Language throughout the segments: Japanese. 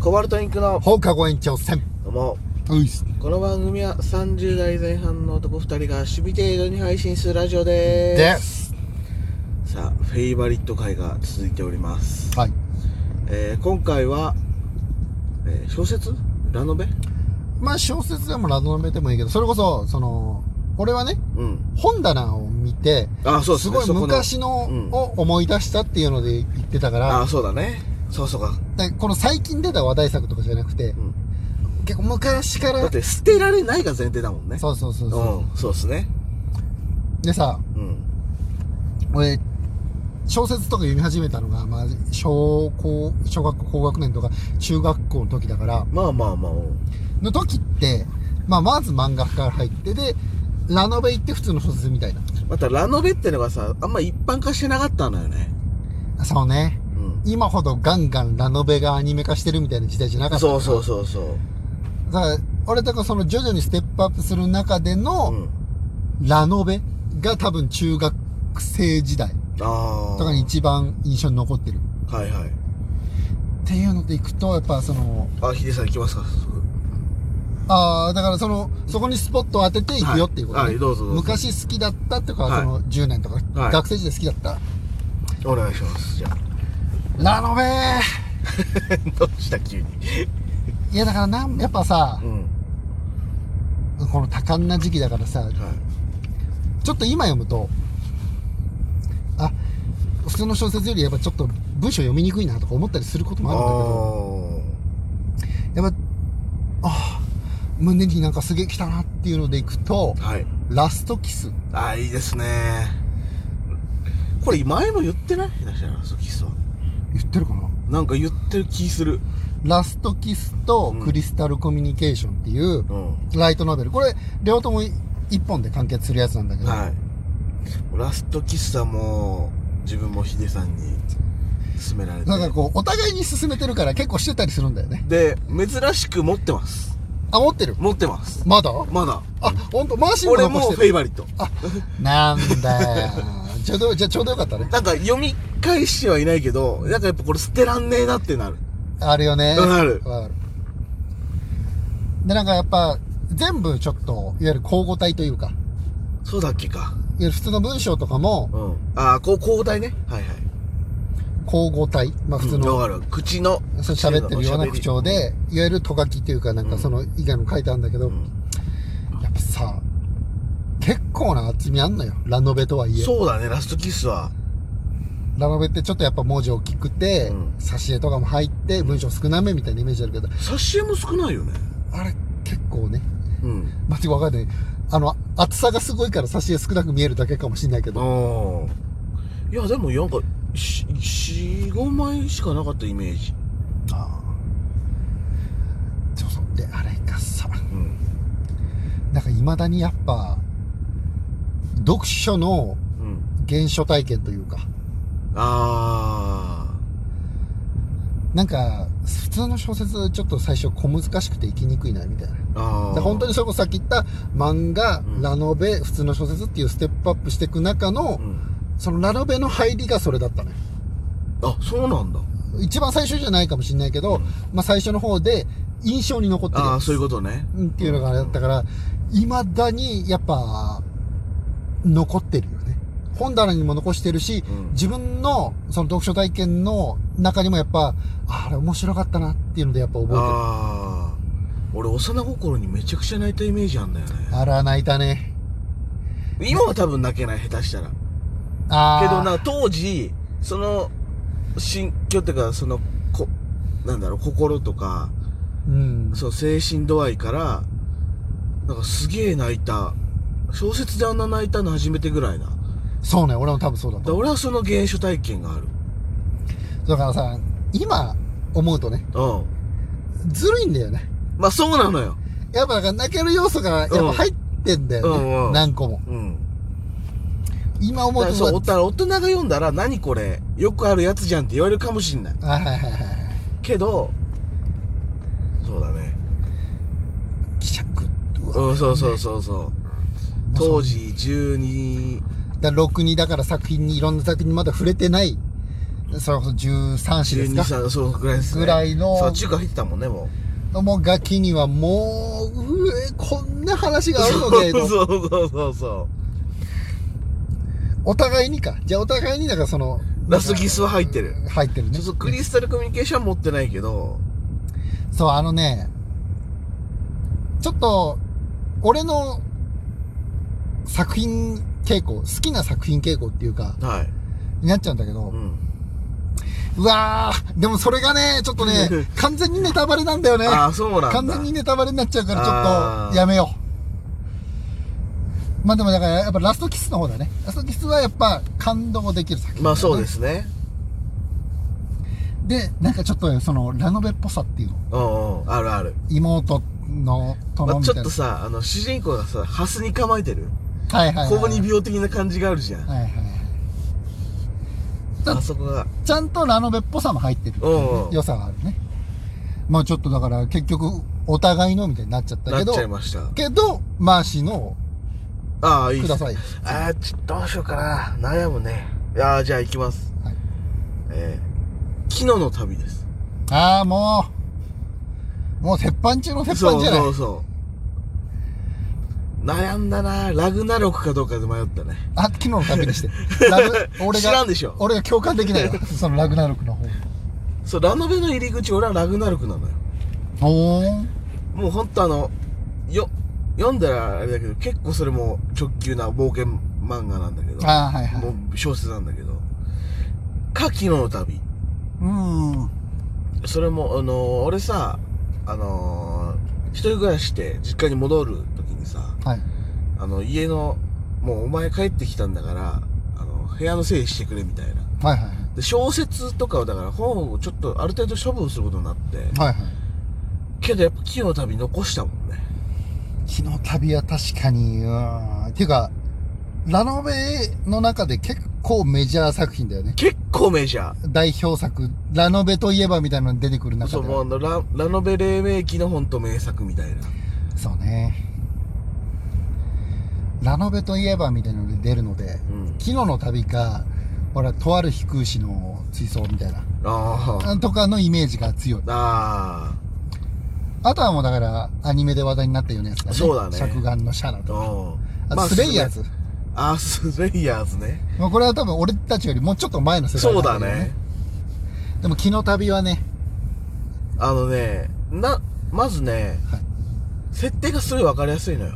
コバルトインクの放課後延長戦どうもういっすこの番組は30代前半の男2人が趣味程度に配信するラジオでですすさあフェイバリット回が続いております、はいえー今回は、えー小説ラノベまあ小説でもラノベでもいいけどそれこそその俺はねうん本棚を見てあそうですすねごいそこの昔のうんを思い出したっていうので言ってたからあそうだねそうそうかでこの最近出た話題作とかじゃなくてん結構昔かだらって捨てられないが前提だもんねそうそうそうそううんそうですねでさうん俺小説とか読み始めたのが、まあ、小高小学校高学年とか中学校の時だからまあまあまあの時って、まあ、まず漫画から入ってでラノベ行って普通の小説みたいなまたラノベってのがさあんま一般化してなかったのよねそうねうん今ほどガンガンラノベがアニメ化してるみたいな時代じゃなかったそうそうそそうそううだから俺とかその徐々にステップアップする中でうのんラノベが多分中学生時代ああとかに一番印象に残ってるはいはいっていうのでいくとやっぱそのあヒデさん行きますか早速ああ、だからその、そこにスポットを当てていくよっていうことね。はいはいどうぞどうぞ昔好きだったとか、はいその10年とか、はい学生時代好きだっお願いしますじゃあ た。ラノベーどうした急にいやだからなん、やっぱさう、んこの多感な時期だからさ、はいちょっと今読むと、あ、普通の小説よりやっぱちょっと文章読みにくいなとか思ったりすることあもあーるんだけど、やっぱ、あー胸になんかすげえ来たなっていうのでいくと、はいラストキス。あーいいですねこれ前も言ってない下手したらそうキスは言ってるかななんか言ってる気するラストキスとクリスタルコミュニケーションっていう、うんライトノベル。これ、両とも一本で完結するやつなんだけど、はいラストキスはもう自分もヒデさんに勧められてなんかこう、お互いに進めてるから結構してたりするんだよね。で珍しく持ってますあ、持ってる持ってますまだまだあ、ほんと、マーシンも俺残もしフてェる。イバリットなんだよ。 ちょうど、じゃあちょうどよかったね。なんか読み返してはいないけど、なんかやっぱこれ捨てらんねえなってなる。あるよね。あるわかる。で、なんかやっぱ、全部ちょっと、いわゆる交互体というか、いわそうだっけか。ゆる普通の文章とかも、うん。ああ、こう、交代ね。はいはい。交互体。まあ普通の、わかる。口の。そう喋ってるような口調で、いわゆるト書きというか、なんかその以外の書いてあるんだけど、うん。やっぱさ、結構な厚みあんのよ。ラノベとはいえ。そうだね、ラストキスは。ラノベってちょっとやっぱ文字大きくてうん、挿、絵、とかも入って、文章少なめみたいなイメージあるけど、挿絵も少ないよね。あれ結構ね、うん。まあ、てかわかんない。あの、厚さがすごいから挿絵少なく見えるだけかもしんないけど、ああ。いや、でもなんか、し、四五枚しかなかったイメージ。あーそうそう。で、あれがさ、うん。なんか未だにやっぱ、読書のうん。原初体験というか、あなんか、普通の小説ちょっと最初小難しくて行きにくいな、みたいな。あ。ああ。で本当にそれこそさっき言った漫画、うんラノベ、普通の小説っていうステップアップしていく中のう、ん。そのラノベの入りがそれだったね。あ、そうなんだ。一番最初じゃないかもしれないけど、うんまあ最初の方で印象に残ってるあやあ、つそういうことね。うんっていうのがあれだったから、未だにやっぱ、残ってるよね。本棚にも残してるし、うん自分のその読書体験の中にもやっぱ、ああれ面白かったなっていうのでやっぱ覚えてる。ああ俺幼心にめちゃくちゃ泣いたイメージあんだよねあら、泣いたね。今は多分泣けない下手したらけああ。どな当時その心境っていうかそのこなんだろう心とかうん。その精神度合いからなんかすげえ泣いた小説であんな泣いたの初めてぐらいなだかそうね、俺も多分そうだと思うら俺はその原初体験があるだからさ、今思うとね、うんずるいんだよね。まあそうなのよやっぱなんか泣ける要素がやっぱ入ってんだよね。うんうん何個も。うん今思だうからとそうまおったら大人が読んだら何これよくあるやつじゃんって言われるかもしんないあ、はいはいはいはい。けどそうだね希釈。うわうんそうそうそうそう当。時12だから、6にだから作品に、いろんな作品にまだ触れてないそれこそ13詩です12か歳そうぐらいですねぐらいのそう中華入ってたもんねもうもうガキにはもう、うえ、こんな話があるのけと。そうそうそうそお互いにか。じゃあお互いに、だからその、うラスギスは入ってる入ってるちねょっ。とクリスタルコミュニケーションは持ってないけどそう、あのね、ちょっと、俺の作品傾向、好きな作品傾向っていうか、はいになっちゃうんだけどう、ん、うわー、でもそれがね、ちょっとね 完全にネタバレなんだよね。ああそうなんだ完全にねネタバレになっちゃうからちょあっーとやめようまあでもだからやっぱラストキスの方だねラストキスはやっぱ感動できる作品まあそうですすねでなんかちょっとそのラノベっぽさっていうのうんうんあるある、妹のとまのあ、みちたょっいな、とさあの主人公がさハスに構えてるはいはいはいここに病的な感じがあるじゃん、はいはいはいだあそこがちゃんとラノベっぽさも入ってるっていううんねうん良さがあるねまあちょっとだから結局お互いのみたいになっちゃったなけっどちゃいましたけどマーシーのああいいっくすださいああちょっとどうしようかな悩むねいやーじゃあ行きます、はいえー、昨日の旅ですああ、もう、もう鉄板中の鉄板じゃなそい。うそうそう悩んだなラグナロクかどうかで迷ったねあ、昨日の旅にして。 ラグ俺知らがん、でしょ俺が共感できない わ。そのラグナロクの方。そうラノベの入り口俺はラグナロクなのよおーん。もうほんとあのよ読んだらあれだけど結構それも直球な冒険漫画なんだけどああ、はいはい。うもう小説なんだけどか昨日の旅ーん。それもあのー俺さあのー一人暮らしして実家に戻る時にさはい。あの家のもうお前帰ってきたんだからあの部屋の整理してくれみたいなはいはい。で小説とかをだから本をちょっとある程度処分することになってはいはい。けどやっぱ昨日の旅残したもんね昨日旅は確かに、うーん。ていうか、ラノベの中で結構メジャー作品だよね。結構メジャー代表作、ラノベといえばみたいなの出てくる中そうで。もうあのララノベ黎明期の本当名作みたいなそうね。ラノベといえばみたいなので出るので、うん昨日の旅か、ほら、とある飛空士の追走みたいな、ああとかのイメージが強いあ。ああとはもうだから、アニメで話題になったようなやつだね。そうだね着眼のシャナあと。うんあと、スレイヤーズ。あスレイヤーズねもうこれは多分俺たちよりもうちょっと前の世代そうっただよね。でも、昨日旅はね、あのねなまずね、はい設定がすごい分かりやすいのよ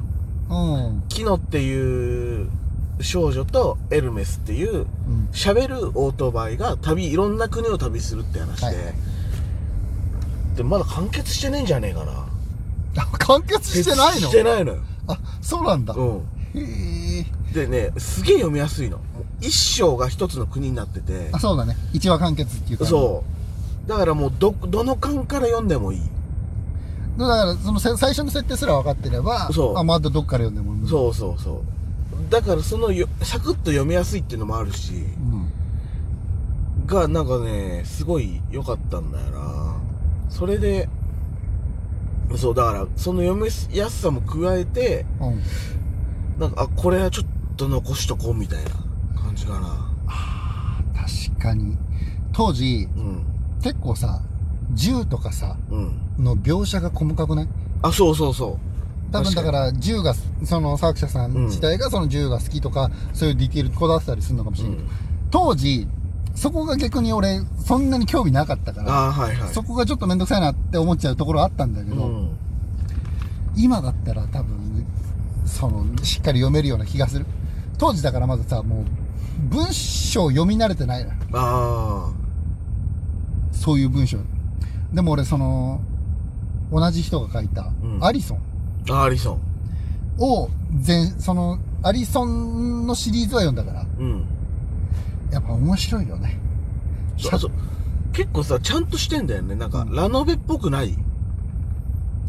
うん。キノっていう少女とエルメスっていううん。喋るオートバイが旅いろんな国を旅するって話で、はいはいでまだ完結してねえんじゃねえかなあ完結してないのしてないのよ、あ、そうなんだ。へうえ。ん、でねすげえ読みやすいのもう一章が一つの国になっててあ、そうだね。一話完結っていうか。そうだからもうどどの巻から読んでもいいだから、そのせ最初の設定すら分かってれば、そうあ、まだどっから読んでも。う。そうそうそうだからそのよサクッと読みやすいっていうのもあるしうん。がなんかねすごい良かったんだよなそれでそうだからその読みやすさも加えてうん。なんかあこれはちょっと残しとこうみたいな感じかな確かに。当時、うん結構さ、銃とかさ、うんの描写が細かくないあそうそうそ多分確かにだから銃が、その作者さん自体がその銃が好きとか、そういうディティールこだわってたりするのかもしう、うれないけど、ん、当時、そこが逆に俺、そんなに興味なかったから、ああはいはいそこがちょっとめんどくさいなって思っちゃうところあったんだけうど、ん今だったら多分、その、しっかり読めるような気がする。当時だからまずさ、もう、文章読み慣れてないな。あそういう文章。でも俺、その、同じ人が書いたう、んアリソンーあーアリソンを、全、その、アリソンのシリーズは読んだから、うんやっぱ面白いよね。シそうャそう結構さちゃんとしてんだよねなんか、うんラノベっぽくないう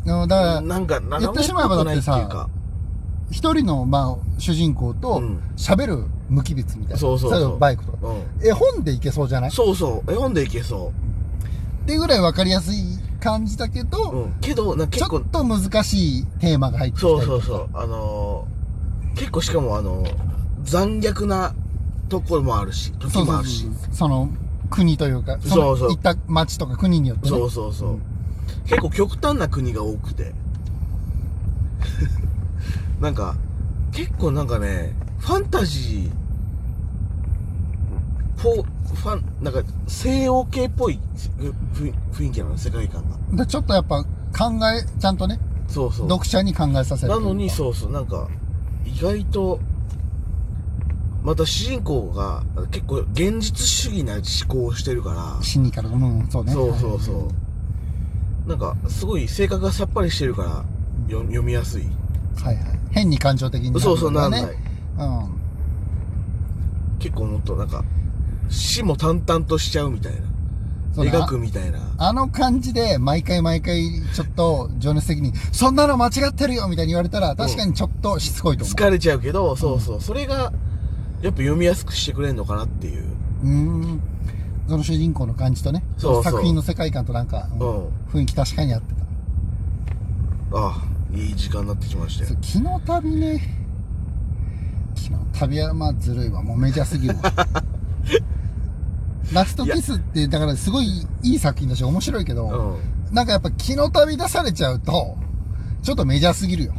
んだから、なんかラ言ノっベてっしぽまえばくだっないってていうさか一人の、まあ、主人公とうん、喋る無機物みたいな。そうそうそうれをバイクとか。う絵本でいけそうじゃないん、そうそう絵本でいけそっていうぐらいわかりやすい感じだけど、う、うん、けどなんかち結ょ構っと難しいテーマが入ってきたりそとうかそうそうあのー、結構しかもあのー、残虐なところもあるし時そうもそあうるしそうその国というか、そうそうの行った町とか国によってね。そうそうそう。結構極端な国が多くて。 なんか、結構なんかね、ファンタジー、こう、ファン、なんか西欧系っぽいふ雰囲気なの、世界観が。だからちょっとやっぱ考え、ちゃんとね、そうそう。読者に考えさせるとないうか。のに、そうそう、なんか、意外と、また主人公が結構現実主義な思考をしてるから、シニカル。うん、そうね。そうそうそう。なんか、すごい性格がさっぱりしてるから、よ読みやすい。はいはい。変に感情的になるそうそう、なのがんねない。うん。結構もっと、なんか、死も淡々としちゃうみたいな。そうね描くみたいな。あの感じで、毎回毎回、ちょっと、情熱的に、そんなの間違ってるよみたいに言われたら、確かにちょっとしつこいと思疲れちゃうけど、そうそう。それが、やっぱ読みやすくしてくれんのかなっていう。う。うーん。その主人公の感じとね、そうそう作品の世界観となんか、ううんん。雰囲気確かに合ってた。ああ、いい時間になってきましたそうよ。昨日旅ね、昨日旅はまあずるいわ。もうメジャーすぎる わ。ラストキスって、だからすごいいい作品だし面白いけど、うん。なんかやっぱ気の旅出されちゃうと、ちょっとメジャーすぎるよ。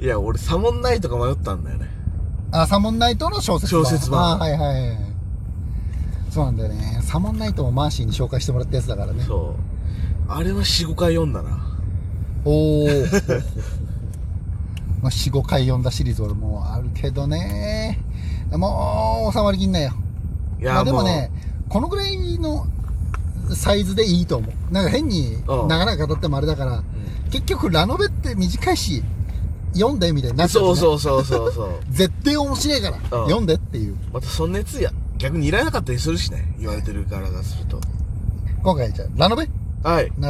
いや、俺、サモンナイトが迷ったんだよね。あ、サモンナイトの小説版。小説版あはいはいはい。そうなんだよね。サモンナイトもマーシーに紹介してもらったやつだからね。そう。あれは4、5回読んだな。おお。 まあ、4、5回読んだシリーズ俺もうあるけどね。もう、収まりきんないよ。いまや、あでもね、このぐらいのサイズでいいと思う。なんか変にうん長々語ってもあれだから、結局ラノベって短いし、読んでみたいにもなう、っちゃうしね、そうそうそうそうそう。 絶対面白いから、読んでっていう。またその熱意や逆にいらなかったりするしね言われてるからがすると今回じゃあ、ラノベはい夏